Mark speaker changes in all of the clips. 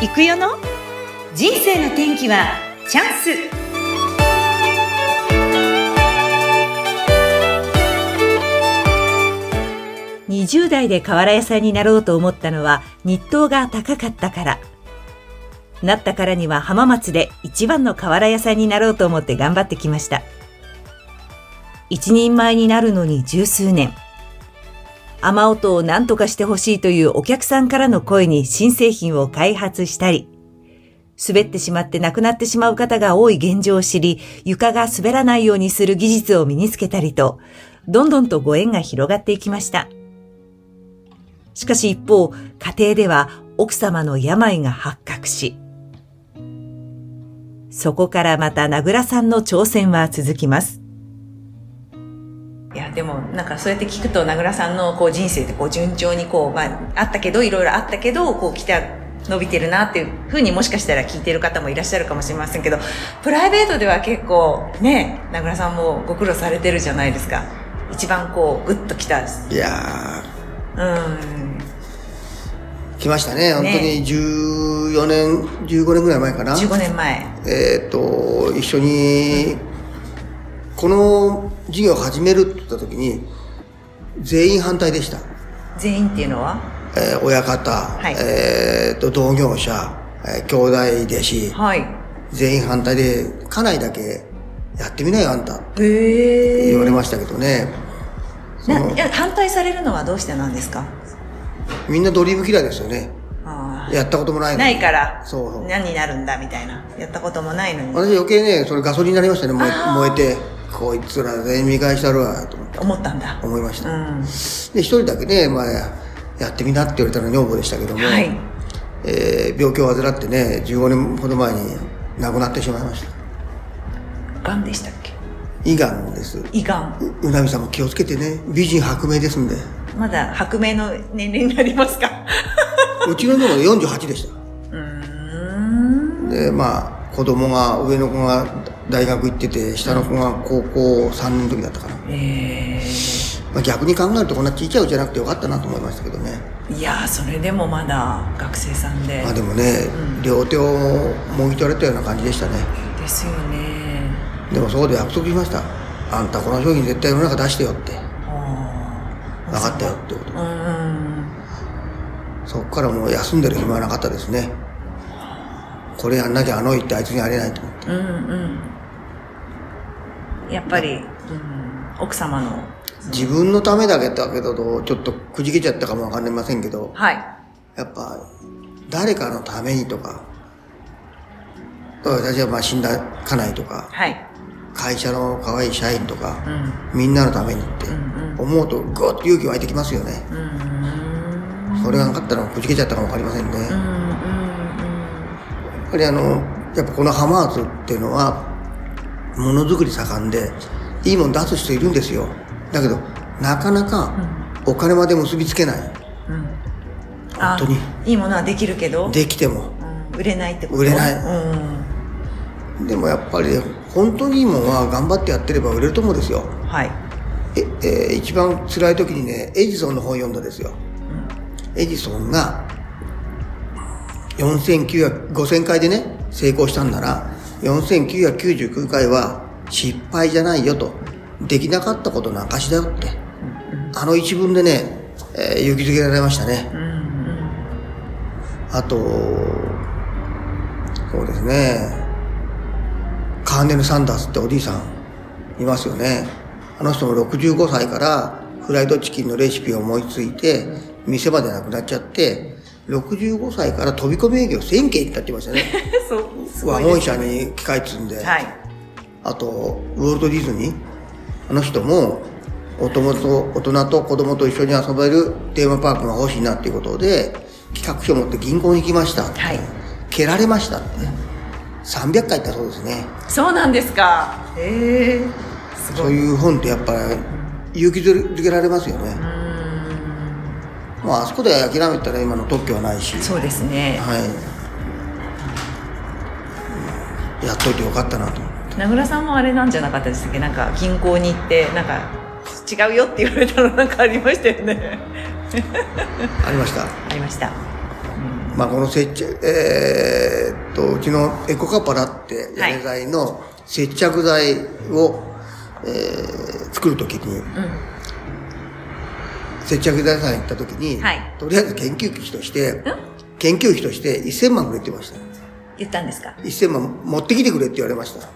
Speaker 1: 行くよの人生の天気はチャンス20代で瓦屋さんになろうと思ったのは日当が高かったからなったからには浜松で一番の瓦屋さんになろうと思って頑張ってきました一人前になるのに十数年雨音を何とかしてほしいというお客さんからの声に新製品を開発したり、滑ってしまって亡くなってしまう方が多い現状を知り、床が滑らないようにする技術を身につけたりと、どんどんとご縁が広がっていきました。しかし一方、家庭では奥様の病が発覚し、そこからまた名倉さんの挑戦は続きます。
Speaker 2: いやでもなんかそうやって聞くと名倉さんのこう人生ってこう順調にこう、まあ、あったけどいろいろあったけどこう来た伸びてるなっていうふうにもしかしたら聞いてる方もいらっしゃるかもしれませんけどプライベートでは結構ね名倉さんもご苦労されてるじゃないですか一番こうグッときた
Speaker 3: いや
Speaker 2: うん
Speaker 3: ー来ましたね本当
Speaker 2: ね
Speaker 3: に14年15年ぐらい前かな
Speaker 2: 15年前
Speaker 3: えっ、と一緒にこの事業を始めるって言った時に全員反対でした、
Speaker 2: 全員っていうのは
Speaker 3: えー親方、
Speaker 2: い
Speaker 3: えっと同業者、えー兄弟弟子
Speaker 2: はい
Speaker 3: 全員反対で家内だけやってみなよあんたって
Speaker 2: へ
Speaker 3: 言われ
Speaker 2: え
Speaker 3: ましたけどね、その
Speaker 2: 反対されるのはどうしてなんですか
Speaker 3: みんなドリーム嫌いですよね
Speaker 2: あ
Speaker 3: やったこともない
Speaker 2: ー
Speaker 3: のに
Speaker 2: ないから
Speaker 3: そうそう
Speaker 2: 何になるんだみたいなやったこともないのに
Speaker 3: 私余計ねそれガソリンになりましたね燃え
Speaker 2: あー
Speaker 3: 燃えてこいつら全員見返したるわと思って
Speaker 2: 思ったんだ。
Speaker 3: 思いました、
Speaker 2: うん。
Speaker 3: で一人だけね、まあ、やってみなって言われたのは女房でしたけども、
Speaker 2: はい。
Speaker 3: えー病気を患ってね15年ほど前に亡くなってしまいました
Speaker 2: がんでしたっけ
Speaker 3: 胃がんです
Speaker 2: 胃がん。
Speaker 3: ううなみさんも気をつけてね美人薄命ですんで
Speaker 2: まだ白明の年齢になります か
Speaker 3: うちの女房48でした
Speaker 2: うーん。
Speaker 3: でまあ子供が上の子が大学行ってて下の子が高校3年の時だったかな、
Speaker 2: えー
Speaker 3: まあ、逆に考えるとこんなちいちゃい家じゃなくてよかったなと思いましたけどね
Speaker 2: いやー、それでもまだ学生さんで
Speaker 3: まあ。でもね、両手をもぎ取られたような感じでしたね
Speaker 2: ですよね。
Speaker 3: でもそこで約束しましたあんたこの商品絶対世の中出してよって
Speaker 2: あー
Speaker 3: 分かったよってこと
Speaker 2: うーん。
Speaker 3: そこからもう休んでる暇はなかったですねこれやんなきゃあの言ってあいつにあれないと思って
Speaker 2: うんうん。やっぱり、うん、奥様の。
Speaker 3: 自分のためだけだけどちょっとくじけちゃったかもわかりませんけど
Speaker 2: はい。
Speaker 3: やっぱ誰かのためにとか私はまあ死んだ家内とか
Speaker 2: はい。
Speaker 3: 会社の可愛い社員とか
Speaker 2: う、ん。
Speaker 3: みんなのためにって
Speaker 2: うん
Speaker 3: 思うとグッと勇気湧いてきますよね、
Speaker 2: うん。うん。
Speaker 3: それがなかったらくじけちゃったかもわかりませんね、
Speaker 2: う
Speaker 3: や
Speaker 2: んうん
Speaker 3: っぱりあのやっぱこの浜松っていうのはものづくり盛んでいいもん出す人いるんですよだけどなかなかお金まで結びつけない
Speaker 2: うんうん。
Speaker 3: 本当に
Speaker 2: あいいものはできるけど、
Speaker 3: できても
Speaker 2: うん売れないってこと
Speaker 3: 売れない
Speaker 2: うん
Speaker 3: でもやっぱり本当にいいもんは頑張ってやってれば売れると思うんですよ
Speaker 2: はい
Speaker 3: え、えー一番辛い時にねエジソンの本読んだんですよ、エジソンが4900 5000回でね成功したんなら4999回は失敗じゃないよとできなかったことの証だよってあの一文でね、えー勇気づけられましたね、あとそうですねカーネル・サンダースっておじいさんいますよねあの人も65歳からフライドチキンのレシピを思いついて店までなくなっちゃって65歳から飛び込み営業1000件行ったって言いましたね
Speaker 2: そう すご
Speaker 3: ワ
Speaker 2: い
Speaker 3: ゴン
Speaker 2: です
Speaker 3: 車に機械積んで、
Speaker 2: はい
Speaker 3: あとウォルト・ディズニーあの人もお友と大人と子供と一緒に遊べるテーマパークが欲しいなっていうことで企画書を持って銀行に行きましたって、
Speaker 2: はい
Speaker 3: 蹴られましたって300回行ったそうですね
Speaker 2: そうなんですかええす
Speaker 3: そ
Speaker 2: ご
Speaker 3: う
Speaker 2: い
Speaker 3: いう本ってやっぱり勇気づけられますよね。まああそこで諦めたら今の特許はないし、
Speaker 2: そうですね
Speaker 3: はい。やっといてよかったなと思って。
Speaker 2: 名倉さんもあれなんじゃなかったでしたっけなんか銀行に行ってなんか違うよって言 われたのなんかありましたよね
Speaker 3: ありました。
Speaker 2: ありました
Speaker 3: まあこの接着、えーっと、うちのエコカパラって
Speaker 2: はい
Speaker 3: 屋根材の接着剤を、えー作るときに、
Speaker 2: うん。
Speaker 3: 接着剤屋さん行ったときに、
Speaker 2: はい
Speaker 3: とりあえず研究費として
Speaker 2: ん、
Speaker 3: 研究費として1000万くれってました。
Speaker 2: 言ったんですか
Speaker 3: 1000万持ってきてくれって言われました。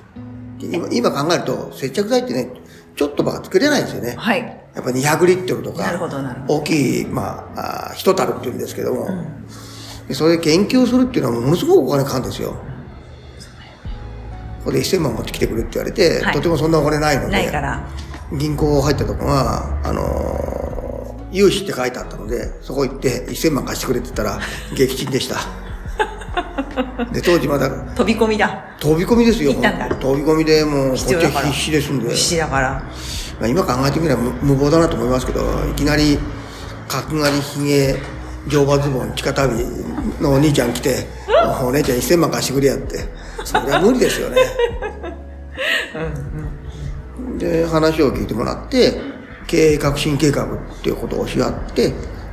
Speaker 3: 今今考えると、接着剤ってね、ちょっとば作れないんですよね。
Speaker 2: はい。
Speaker 3: やっぱ200リットルとか、
Speaker 2: なるほどなるほ
Speaker 3: 大きい、まあ、あー一樽って言うんですけども、
Speaker 2: ん
Speaker 3: でそれで研究するっていうのはものすごくお金かかるんですよ。ここで1000万持ってきてくれって言われて、
Speaker 2: はい
Speaker 3: とてもそんなお金ないの
Speaker 2: ないか
Speaker 3: で、
Speaker 2: ら。
Speaker 3: 銀行入ったとこが、あのー融資って書いてあったので、そこ行って1000万貸してくれって言ったら、撃沈でした。で、当時まだ
Speaker 2: 飛び込みだ。
Speaker 3: 飛び込みですよ。
Speaker 2: 行ったんだ
Speaker 3: 飛び込みでもう、こっち
Speaker 2: 必要だから
Speaker 3: は必死ですんで。
Speaker 2: 必死だから。
Speaker 3: まあ、今考えてみれば無無謀だなと思いますけどいきなり角刈りひげ乗馬ズボン地下旅のお兄ちゃん来て「お姉ちゃん1000万貸してくれや」ってそれは無理ですよねで話を聞いてもらって経営革新計画っていうことをし合って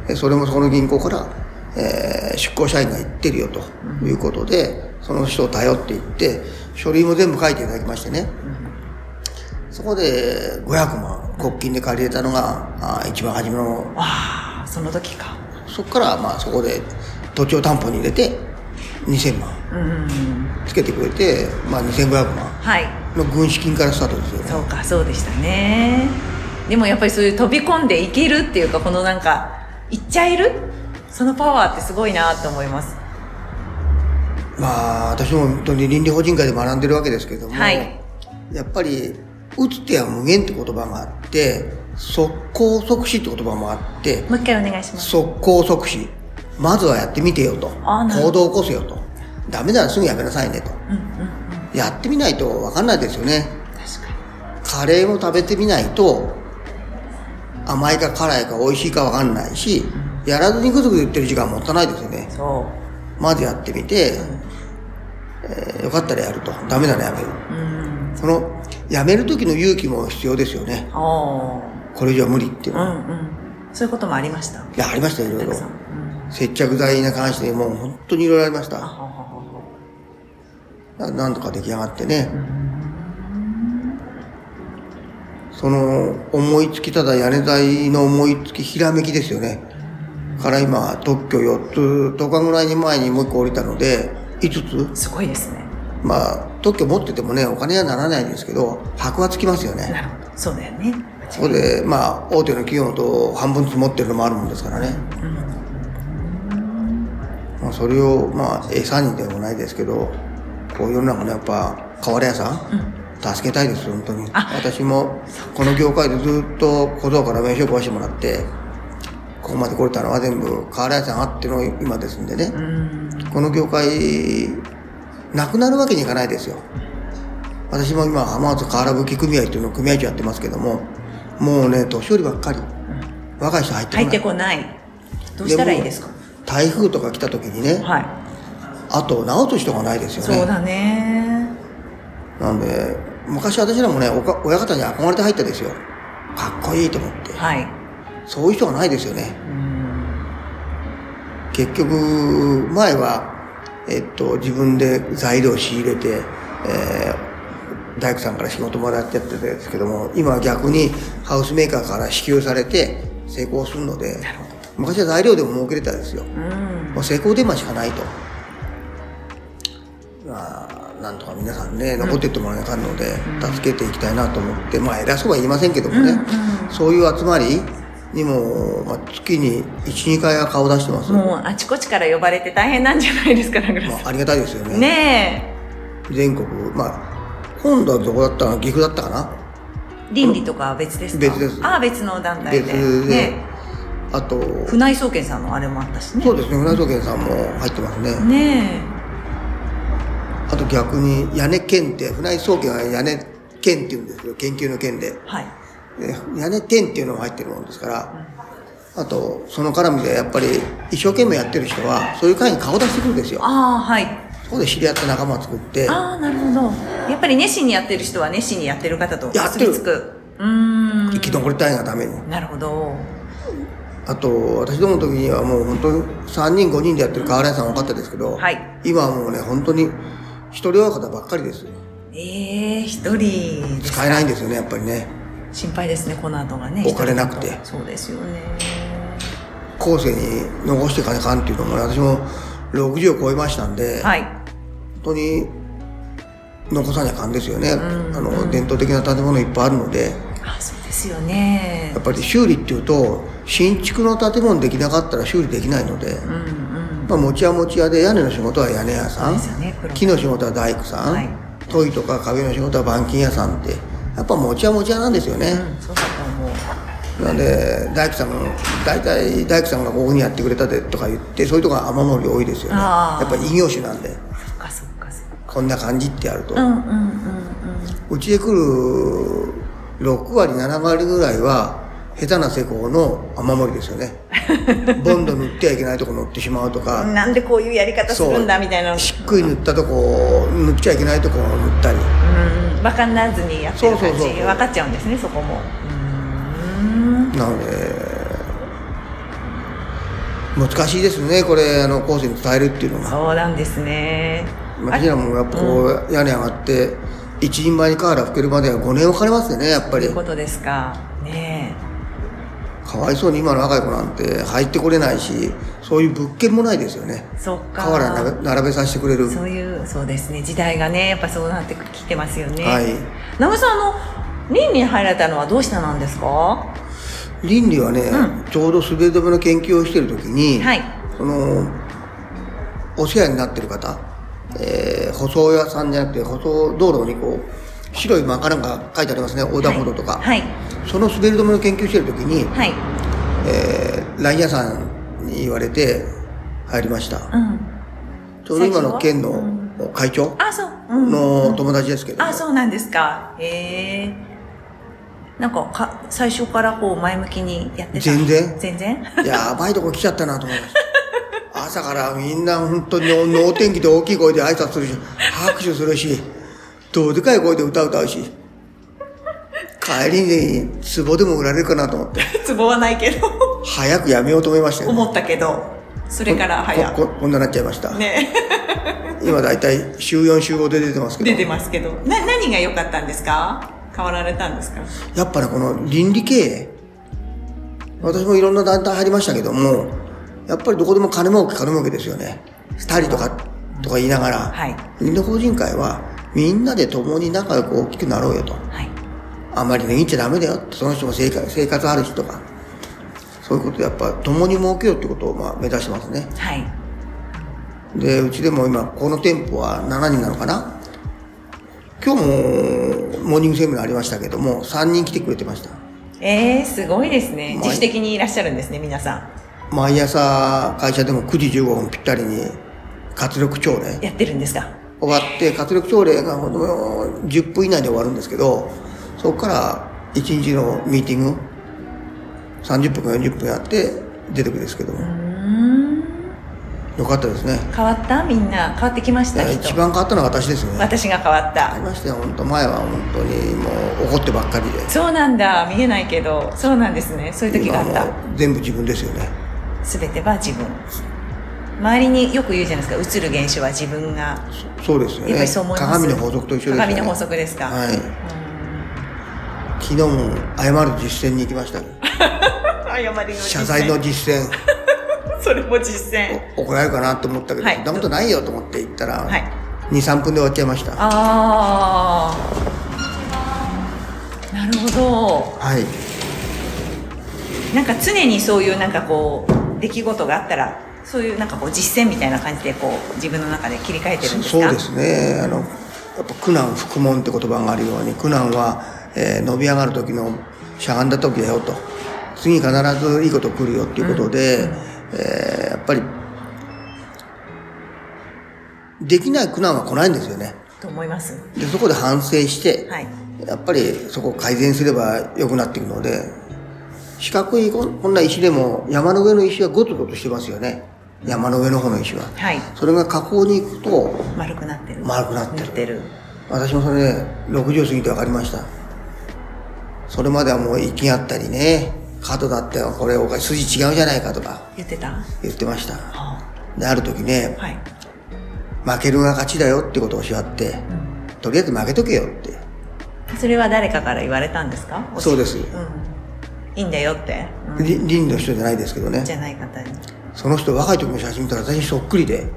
Speaker 3: えそれもそこの銀行から、えー出向社員が行ってるよということでその人を頼って行って書類も全部書いていただきましてね、そこで500万国金で借りれたのがあ一番初めの
Speaker 2: ああ、その時か。
Speaker 3: そこからまあそこで土地を担保に入れて2000万
Speaker 2: うん。
Speaker 3: つけてくれて、まあ、2500万
Speaker 2: はい。
Speaker 3: の軍資金からスタートですよね
Speaker 2: そうか、そうでしたね。でもやっぱりそういう飛び込んでいけるっていうか、このなんか、いっちゃえるそのパワーってすごいなと思います。
Speaker 3: まあ私も本当に倫理法人会で学んでるわけですけれども、
Speaker 2: はい
Speaker 3: やっぱり打つ手は無限って言葉があって速攻即死って言葉もあって
Speaker 2: もう一回お願いします。
Speaker 3: 速攻即死まずはやってみてよと
Speaker 2: あなる
Speaker 3: 行動を起こせよとダメならすぐやめなさいねと
Speaker 2: うんうんうん。
Speaker 3: やってみないと分かんないですよね
Speaker 2: 確か
Speaker 3: カレーも食べてみないと甘いか辛いか美味しいか分かんないしやらずにグズグズ言ってる時間はもったいないですよね
Speaker 2: に。そ
Speaker 3: まずやってみて、えーよかったらやるとダメならやめる
Speaker 2: う。うん。
Speaker 3: このやめる時の勇気も必要ですよね
Speaker 2: お
Speaker 3: これ以上は無理っていう
Speaker 2: ー。
Speaker 3: の
Speaker 2: う
Speaker 3: は、
Speaker 2: んうん。そういうこともありました。
Speaker 3: いやありましたよいろい
Speaker 2: た
Speaker 3: ろ
Speaker 2: くさん。うん
Speaker 3: 接着剤に関してもう本当にいろいろありまし
Speaker 2: あ
Speaker 3: た
Speaker 2: はははは
Speaker 3: ななんとか出来上がってね、その思いつきただ屋根材の思いつきひらめきですよねから今特許4つ10日ぐらいに前にもう1個降りたので5つ
Speaker 2: すごいですね。
Speaker 3: まあ特許持っててもねお金にはならないんですけど箔はつきますよね
Speaker 2: なるほど。そうだよね。
Speaker 3: そこでまあ大手の企業と半分ずつ持ってるのもあるもんですからね、まあ、それをまあ餌にでもないですけどこう世の中のやっぱ瓦屋さん、助けたいです本当に
Speaker 2: あ
Speaker 3: 私もこの業界でずっと小僧から名刺を壊してもらってここまで来れたのは全部瓦屋さんあっての今ですんでね、
Speaker 2: うん。
Speaker 3: この業界なくなるわけにいかないですよ私も今浜松瓦葺き組合というのを組合長やってますけどももうね年寄りばっかり若い人入ってこない
Speaker 2: 入ってこない。どうしたらいいですか
Speaker 3: も台風とか来た時にね
Speaker 2: は
Speaker 3: あと直す人がないです
Speaker 2: い。
Speaker 3: よ
Speaker 2: そう
Speaker 3: ね
Speaker 2: だね。
Speaker 3: なんで昔私らもねおか親方に憧れて入ったですよかっこいいと思って
Speaker 2: はい。
Speaker 3: そういう人がないですよね
Speaker 2: うん。
Speaker 3: 結局前は、えっと、自分で材料仕入れて、えー大工さんから仕事もらってやってたんですけども今は逆にハウスメーカーから支給されて成功するので
Speaker 2: なるほど
Speaker 3: 昔は材料でも儲けれたんですよ
Speaker 2: うん。
Speaker 3: もう成功デマしかないとまあなんとか皆さんね残ってってもらえなあかんので、助けていきたいなと思ってまあ偉そうは言いませんけどもね、そういう集まりにも、まあ、月に12回は顔出してます
Speaker 2: もうあちこちから呼ばれて大変なんじゃないですか、名倉
Speaker 3: ま
Speaker 2: さ
Speaker 3: あ、ありがたいですよね
Speaker 2: ん。ね
Speaker 3: 全国まあ今度はどこだったかな岐阜だったかな
Speaker 2: え。倫理とかは別ですか
Speaker 3: 別です
Speaker 2: ああ、別の団体
Speaker 3: 別
Speaker 2: で。
Speaker 3: で、
Speaker 2: ね
Speaker 3: あと
Speaker 2: え。船井総研さんのあれもあったしね。
Speaker 3: そうですね船戸県さんも入ってますね、
Speaker 2: ね
Speaker 3: あと逆に屋根県って船井総研は屋根県っていうんですけど研究の県で
Speaker 2: え。はい。
Speaker 3: で屋根県っていうのも入ってるもんですからあとその絡みでやっぱり一生懸命やってる人はそういう会に顔出してくるんですよ
Speaker 2: ああ、はい。
Speaker 3: そこで知り合って仲間を作って
Speaker 2: ああ、なるほど。やっぱり熱心にやってる人は熱心にやってる方と
Speaker 3: やっ
Speaker 2: 結
Speaker 3: てる
Speaker 2: びつく。うーん。
Speaker 3: 生き残りたいがために
Speaker 2: なるほど。
Speaker 3: あと私どもの時にはもう本当に3人5人でやってる瓦屋さん多かったですけど、
Speaker 2: はい。
Speaker 3: 今はもうね本当に一人親方ばっかりです
Speaker 2: ええー、一人ですか
Speaker 3: 使えないんですよねやっぱりね
Speaker 2: 心配ですね、この後がね。
Speaker 3: お金なく
Speaker 2: 一
Speaker 3: て
Speaker 2: 人だとそうですよね。
Speaker 3: 後世に残していかなあかんっていうのもね私も60を超えましたんで、
Speaker 2: はい。
Speaker 3: 本当に残さにゃかんですよね、
Speaker 2: ん
Speaker 3: あの伝統的な建物いっぱいあるので
Speaker 2: あ、そうですよね
Speaker 3: やっ。ぱり修理っていうと新築の建物できなかったら修理できないので、
Speaker 2: うんうん。
Speaker 3: まあ、持ち屋持ち屋で屋根の仕事は屋根屋さん、
Speaker 2: そうですよね黒
Speaker 3: 木の仕事は大工さん、
Speaker 2: はい
Speaker 3: トイとか壁の仕事は板金屋さんってやっぱ持ち屋持ち屋なんですよね、
Speaker 2: うん、そうだと思う。
Speaker 3: なんで大工さんの大体大工さんがここにやってくれたでとか言ってそういうとこが雨漏り多いですよね
Speaker 2: あ
Speaker 3: や
Speaker 2: ー
Speaker 3: っぱ異業種なんで
Speaker 2: そっかそっかそっか。
Speaker 3: こんな感じってやると、
Speaker 2: うんうんうんうん。
Speaker 3: うちへ来る6割7割ぐらいは下手な施工の雨漏りです よねボンド塗ってはいけないとこ塗ってしまうとか
Speaker 2: なんでこういうやり方するんだみたいなの
Speaker 3: しっくい塗ったとこ塗っちゃいけないとこ塗ったり
Speaker 2: うん分かんなずにやってる感
Speaker 3: そうそう
Speaker 2: じ
Speaker 3: そう
Speaker 2: 分かっちゃうんですねそこもうん
Speaker 3: なので難しいですねこれあの後世に伝えるっていうのが
Speaker 2: そうなんですね
Speaker 3: 私らもやっぱこう屋根上がって一人前に瓦吹けるまでは5年はかかりますよねやっぱ
Speaker 2: とい
Speaker 3: り
Speaker 2: うことですかね
Speaker 3: かわいそうに今の若い子なんて入ってこれないしそういう物件もないですよね
Speaker 2: えそっか
Speaker 3: 瓦並べ並べさせてくれる
Speaker 2: そういうそうですね時代がねやっぱそうなってきてますよね
Speaker 3: はい
Speaker 2: 長尾さんあのリンに入られたのはどうしてなんですかは
Speaker 3: 倫理はね、
Speaker 2: う
Speaker 3: ちょうど滑り止めの研究をしてる時に、
Speaker 2: い
Speaker 3: そのお世話になってる方、えー、舗装屋さんじゃなくて舗装道路にこう白いマーカーなんか書いてありますね横断歩道とか、
Speaker 2: はい
Speaker 3: その滑り止めの研究してる時に、
Speaker 2: はい、
Speaker 3: えー、ライン屋さんに言われて入りました、
Speaker 2: うん
Speaker 3: ちょうど今の
Speaker 2: 最
Speaker 3: 県
Speaker 2: 初は
Speaker 3: の会長
Speaker 2: あそう、うん、
Speaker 3: の友達ですけど、
Speaker 2: あそうなんですかへえなんかか最初からこう前向きにやってた
Speaker 3: 全然
Speaker 2: 全然
Speaker 3: やばいとこ来ちゃったなと思いました。 朝からみんな本当に能天気で大きい声で挨拶するし、拍手するし、どうでかい声で歌歌うし、帰りに壺でも売られるかなと思って、
Speaker 2: ツボはないけど
Speaker 3: 早くやめようと思いましたよ、ね。
Speaker 2: 思ったけどそれから早
Speaker 3: こここんななっちゃいました。
Speaker 2: ね
Speaker 3: 今だいたい週4週5で出てますけど、
Speaker 2: 出てますけどな何が良かったんですか変わられたんですか
Speaker 3: やっぱね、この倫理経営、私もいろんな団体入りましたけども、やっぱりどこでも金儲け金儲けですよね。二人とか、とか言いながら、
Speaker 2: はい
Speaker 3: 倫理法人会はみんなで共に仲良く大きくなろうよと。
Speaker 2: はい
Speaker 3: あんまりねぎっちゃダメだよって、その人も生活生活あるしとか、そういうことでやっぱ共に儲けようってことをまあ目指してますね。
Speaker 2: はい
Speaker 3: で、うちでも今、この店舗は7人なのかな今日もモーニングセミナーありましたけども、3人来てくれてました。
Speaker 2: えー、すごいですね
Speaker 3: まあ
Speaker 2: 自主的にいらっしゃるんですね皆さ
Speaker 3: 毎朝会社でも9時15分ぴったりに活力朝礼
Speaker 2: んやってるんですか
Speaker 3: 終わって活力朝礼がもう10分以内で終わるんですけどそこから1日のミーティング30分か40分やって出てくるんですけども
Speaker 2: うーん
Speaker 3: よかったですね
Speaker 2: 変わったみんな変わってきまし
Speaker 3: い
Speaker 2: た
Speaker 3: や
Speaker 2: 人
Speaker 3: 一番変わったのは私ですよね
Speaker 2: 私が変わっ
Speaker 3: あ
Speaker 2: た
Speaker 3: りましたよ本当前は本当にもう怒ってばっかりで
Speaker 2: そうなんだ見えないけどそうなんですねそういう時があっ
Speaker 3: 今
Speaker 2: た
Speaker 3: はもう全部自分ですよね
Speaker 2: 全ては自分周りによく言うじゃないですか映る現象は自分が
Speaker 3: そうです
Speaker 2: やっ
Speaker 3: よ
Speaker 2: ぱ
Speaker 3: ね
Speaker 2: りそう思います
Speaker 3: 鏡の法則と一緒ですよね
Speaker 2: 鏡の法則ですか、
Speaker 3: はい昨日も謝る実践に行きましたけど
Speaker 2: うん謝りの
Speaker 3: 謝罪の
Speaker 2: 実
Speaker 3: 実践
Speaker 2: 践それも実践
Speaker 3: お怒られるかなと思ったけど、
Speaker 2: はい
Speaker 3: そんなことないよと思って行ったら、
Speaker 2: はい
Speaker 3: 23分で終わっちゃいました
Speaker 2: ああなるほど
Speaker 3: はい
Speaker 2: なんか常にそういうなんかこう出来事があったらそういうなんかこう実践みたいな感じでこう自分の中で切り替えてるんです
Speaker 3: そう
Speaker 2: か
Speaker 3: ですねあのやっぱ苦難福門って言葉があるように苦難は、えー伸び上がる時のしゃがんだ時だよと次必ずいいこと来るよっていうことで、えーやっぱりできない苦難は来ないんですよね
Speaker 2: と思います
Speaker 3: でそこで反省して、
Speaker 2: はい
Speaker 3: やっぱりそこを改善すれば良くなっていくので四角いこんこんな石でも山の上の石はゴツゴツしてますよね山の上の方の石は
Speaker 2: はい
Speaker 3: それが河口に行くと
Speaker 2: 丸くなってる
Speaker 3: 丸くなってる
Speaker 2: なってる
Speaker 3: 私もそれね60過ぎて分かりましたそれまではもう生き合ったりね角だってこれおかしい筋違うじゃないかとか
Speaker 2: 言ってた
Speaker 3: 言ってました
Speaker 2: あ
Speaker 3: である時ね
Speaker 2: はい、
Speaker 3: 負けるが勝ちだよってことを教わって
Speaker 2: うん
Speaker 3: とりあえず負けとけよって
Speaker 2: それは誰かから言われたんですか
Speaker 3: そうです
Speaker 2: うん、いいんだよって、うん
Speaker 3: り倫理の人じゃないですけどね
Speaker 2: じゃない方に
Speaker 3: その人若い時の写真見たら私にそっくりで、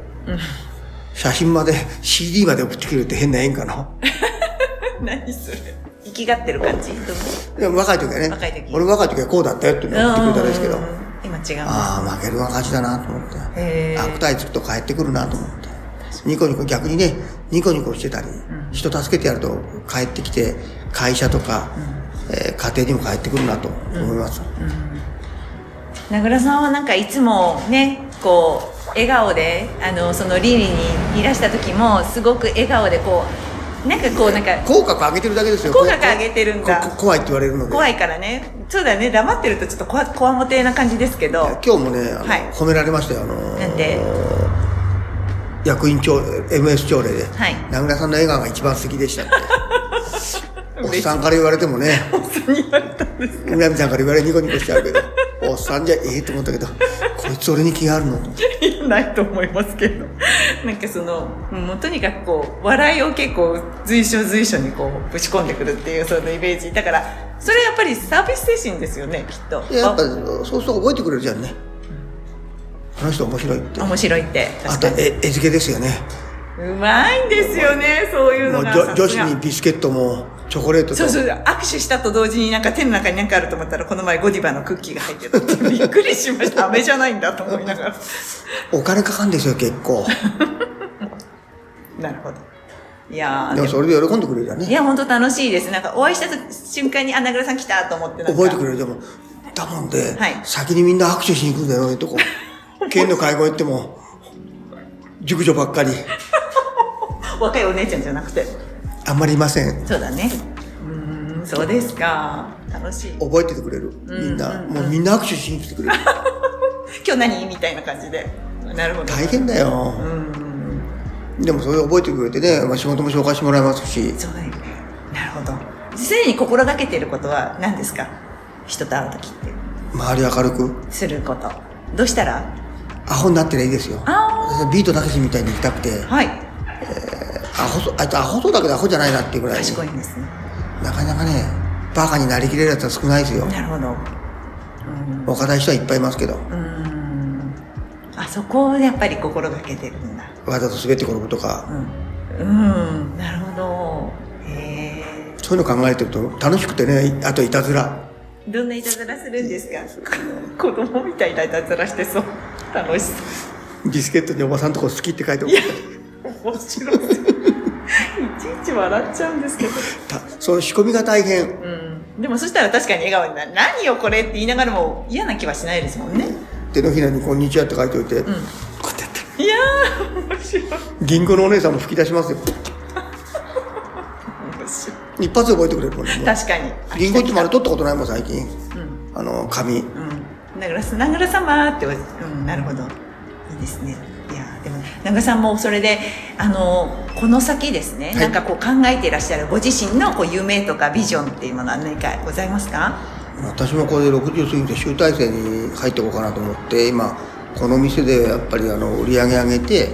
Speaker 3: 写真まで CD まで送ってくるって変な縁かな
Speaker 2: 何それ生きがってる感じどう
Speaker 3: でも若い時はね
Speaker 2: 若い時
Speaker 3: 俺若い時はこうだったよっていうのを送ってくれたんですけど
Speaker 2: うんうんうん今違うんです
Speaker 3: ああ負けるは勝ちだなと思って
Speaker 2: へー
Speaker 3: 悪態つくと帰ってくるなと思ってニコニコ逆にねニコニコしてたり、人助けてやると帰ってきて会社とか、えー家庭にも帰ってくるなと思います、
Speaker 2: 名倉さんはなんかいつもねこう笑顔であのそのリリにいらした時もすごく笑顔でこうなんかこうなんか
Speaker 3: 口角上げてるだけですよ
Speaker 2: 口角上げてるんだ
Speaker 3: ここ怖いって言われるので
Speaker 2: 怖いからねそうだね黙ってるとちょっとこわこわもてな感じですけど
Speaker 3: 今日もね、あの
Speaker 2: はい
Speaker 3: 褒められましたよあのー
Speaker 2: なんで
Speaker 3: 役員長 MS 朝礼で、
Speaker 2: はい
Speaker 3: 名倉さんの笑顔が一番素敵 でしたっておっさんから言われてもねおっさんに言われたんですか南ちゃんから言われニコニコしちゃうけど おっさんじゃええと思ったけどこいつ俺に気があるのと思って
Speaker 2: ないと思いますけどなんかそのもうとにかくこう笑いを結構随所随所にこうぶち込んでくるっていうそのイメージだからそれはやっぱりサービス精神ですよねきっと
Speaker 3: でやっぱそうすると覚えてくれるじゃんねあの人面白いって
Speaker 2: あ面白いって
Speaker 3: あ
Speaker 2: 確
Speaker 3: と
Speaker 2: かに
Speaker 3: え餌付けですよね
Speaker 2: うまいんですよねそういう
Speaker 3: も
Speaker 2: の
Speaker 3: う
Speaker 2: が
Speaker 3: 女
Speaker 2: さ
Speaker 3: 女
Speaker 2: す
Speaker 3: 子
Speaker 2: が
Speaker 3: にビスケットもチョコレートと
Speaker 2: そうそう握手したと同時になんか手の中に何かあると思ったらこの前ゴディバのクッキーが入ってたっていうびっくりしました飴じゃないんだと思いな がら
Speaker 3: お金かかるんですよ結構
Speaker 2: なるほどいやー
Speaker 3: でもそれで喜んでくれるじゃんね
Speaker 2: いや本当楽しいですなんかお会いした瞬間にあ名倉さん来たと思ってなんか
Speaker 3: 覚えてくれるでもだもんで、
Speaker 2: はい
Speaker 3: 先にみんな握手しに行くんだよね とこ県の会合行っても熟女ばっかり
Speaker 2: 若いお姉ちゃんじゃなくて
Speaker 3: あんまりいません
Speaker 2: そうだねうーんそうですか楽しい今
Speaker 3: 覚えててくれるみんな、もうみんな握手しに来てくれる
Speaker 2: 日何みたいな感じでなるほど
Speaker 3: 大変だよ、でもそれ覚えてくれてね、まあ、仕事も紹介してもらいますし
Speaker 2: そうだよねなるほど常に心がけていることは何ですか人と会う時って
Speaker 3: 周り明るく
Speaker 2: することどうしたら
Speaker 3: アホになってりゃいいですよ
Speaker 2: あ
Speaker 3: 私はビートたけしみたいに行きたくて
Speaker 2: はい
Speaker 3: アホそうあいつアホそうだけどアホじゃないなっていうぐらい
Speaker 2: 賢いんですね
Speaker 3: なかなかねバカになりきれるやつは少ないですよ
Speaker 2: なるほど
Speaker 3: 若い人はいっぱいいますけど、
Speaker 2: あそこをやっぱり心がけてるんだ
Speaker 3: わざと滑って転ぶとか、
Speaker 2: うんうんなるほどへえ
Speaker 3: そういうの考えてると楽しくてね、あといたずら。
Speaker 2: どんないたずらするんですか子供みたいないたずらしてそう楽しそう
Speaker 3: ビスケットにおばさんとこ好きって書いておく
Speaker 2: いや面白いいちいち笑っちゃうんですけど
Speaker 3: たそういう仕込みが大変。
Speaker 2: うんでもそしたら確かに笑顔になる何よこれって言いながらも嫌な気はしないですもんね
Speaker 3: 手のひらにこんにちはって書いておいて、こうやってやって
Speaker 2: いやー面白い面
Speaker 3: 銀行のお姉さんも吹き出しますよ。
Speaker 2: 白い
Speaker 3: 一発で覚えてくれるもんね。もう
Speaker 2: 確かにあ
Speaker 3: 銀行ってま
Speaker 2: 来
Speaker 3: で取ったことないもん、最近。
Speaker 2: た来たうん
Speaker 3: あの、紙。
Speaker 2: うん名倉さん名倉様ってうんなるほどいいですねいやでも名倉さんもそれであのこの先ですね、
Speaker 3: い
Speaker 2: なんかこう考えていらっしゃるご自身のこう夢とかビジョンっていうものは何かございますか
Speaker 3: 私もこれで60過ぎて集大成に入っていこうかなと思って、今、この店でやっぱりあの売り上げ上げて、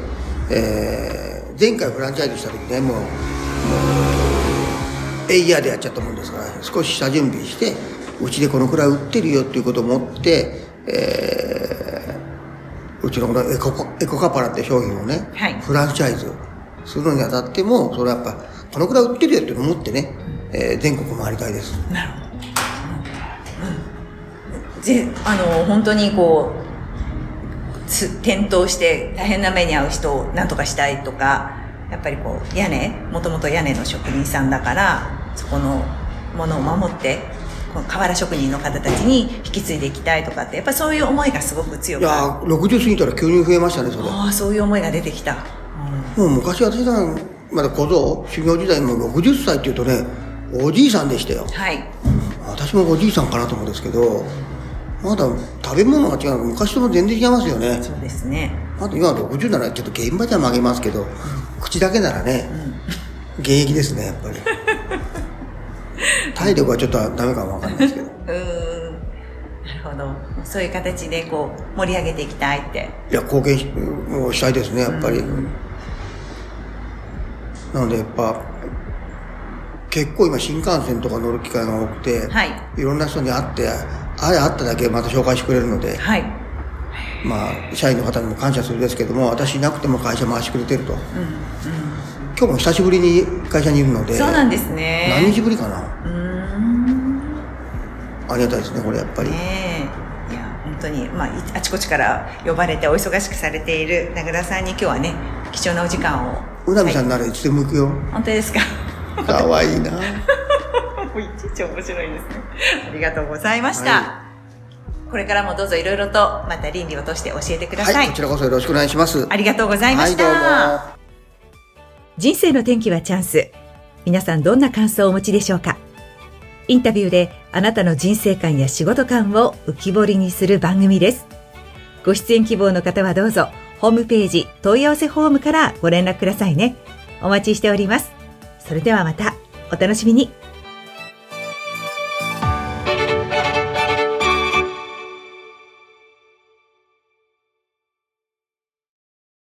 Speaker 3: えー前回フランチャイズした時ね、もう、もう、エイヤーでやっちゃったもんですから、少し下準備して、うちでこのくらい売ってるよっていうことを持って、えーうちのこのエコパエコカパラって商品をね、
Speaker 2: はい
Speaker 3: フランチャイズするのにあたっても、それはやっぱ、このくらい売ってるよっていうのを持ってね、えー全国回りたいです。
Speaker 2: なるほどぜあの本当にこうつ転倒して大変な目に遭う人を何とかしたいとかやっぱりこう屋根もともと屋根の職人さんだからそこのものを守ってこの瓦職人の方たちに引き継いでいきたいとかってやっぱそういう思いがすごく強
Speaker 3: い
Speaker 2: くある
Speaker 3: やー60過ぎたら急に増えましたねそれも
Speaker 2: ああそういう思いが出てきた、
Speaker 3: う昔私らまだ小僧修行時代も60歳っていうとねおじいさんでしたよ
Speaker 2: うんはい
Speaker 3: 私もおじいさんかなと思うんですけどまだ食べ物が違う昔とも全然違いますよね
Speaker 2: そうですね
Speaker 3: あと今60ならちょっと現場では曲げますけど口だけならね、現役ですね やっぱり体力はちょっとダメかもわかんないですけど
Speaker 2: うーんそういう形でこう盛り上げていきたいって
Speaker 3: いや、貢献しをしたいですね、やっぱり。なので、やっぱ、結構今新幹線とか乗る機会が多くて、
Speaker 2: はい
Speaker 3: いろんな人に会って、あれ会っただけまた紹介してくれるので、
Speaker 2: はい
Speaker 3: まあ、社員の方にも感謝するんですけども、私いなくても会社回してくれてると。今日も久しぶりに会社にいるので、
Speaker 2: そうなんですね
Speaker 3: 何日ぶりかな。
Speaker 2: うーん
Speaker 3: ありがたいですね、これやっぱり。
Speaker 2: ねえいや本当に、まあい、あちこちから呼ばれてお忙しくされている名倉さんに今日はね貴重なお時間を
Speaker 3: うなみさ
Speaker 2: は
Speaker 3: んならいつでも行くよ。
Speaker 2: い本当ですか
Speaker 3: かわいいな。
Speaker 2: もういちいち面白いですねありがとうございました、
Speaker 3: は
Speaker 2: これからもどうぞいろいろとまた倫理を通して教えてください、
Speaker 3: はい、こちらこそよろしくお願いします。
Speaker 2: ありがとうございました、
Speaker 3: はい、どうも。
Speaker 1: 人生の転機はチャンス。皆さんどんな感想をお持ちでしょうかインタビューであなたの人生観や仕事観を浮き彫りにする番組です。ご出演希望の方はどうぞ、ホームページ問い合わせフォームからご連絡くださいね。お待ちしております。それではまた、お楽しみに。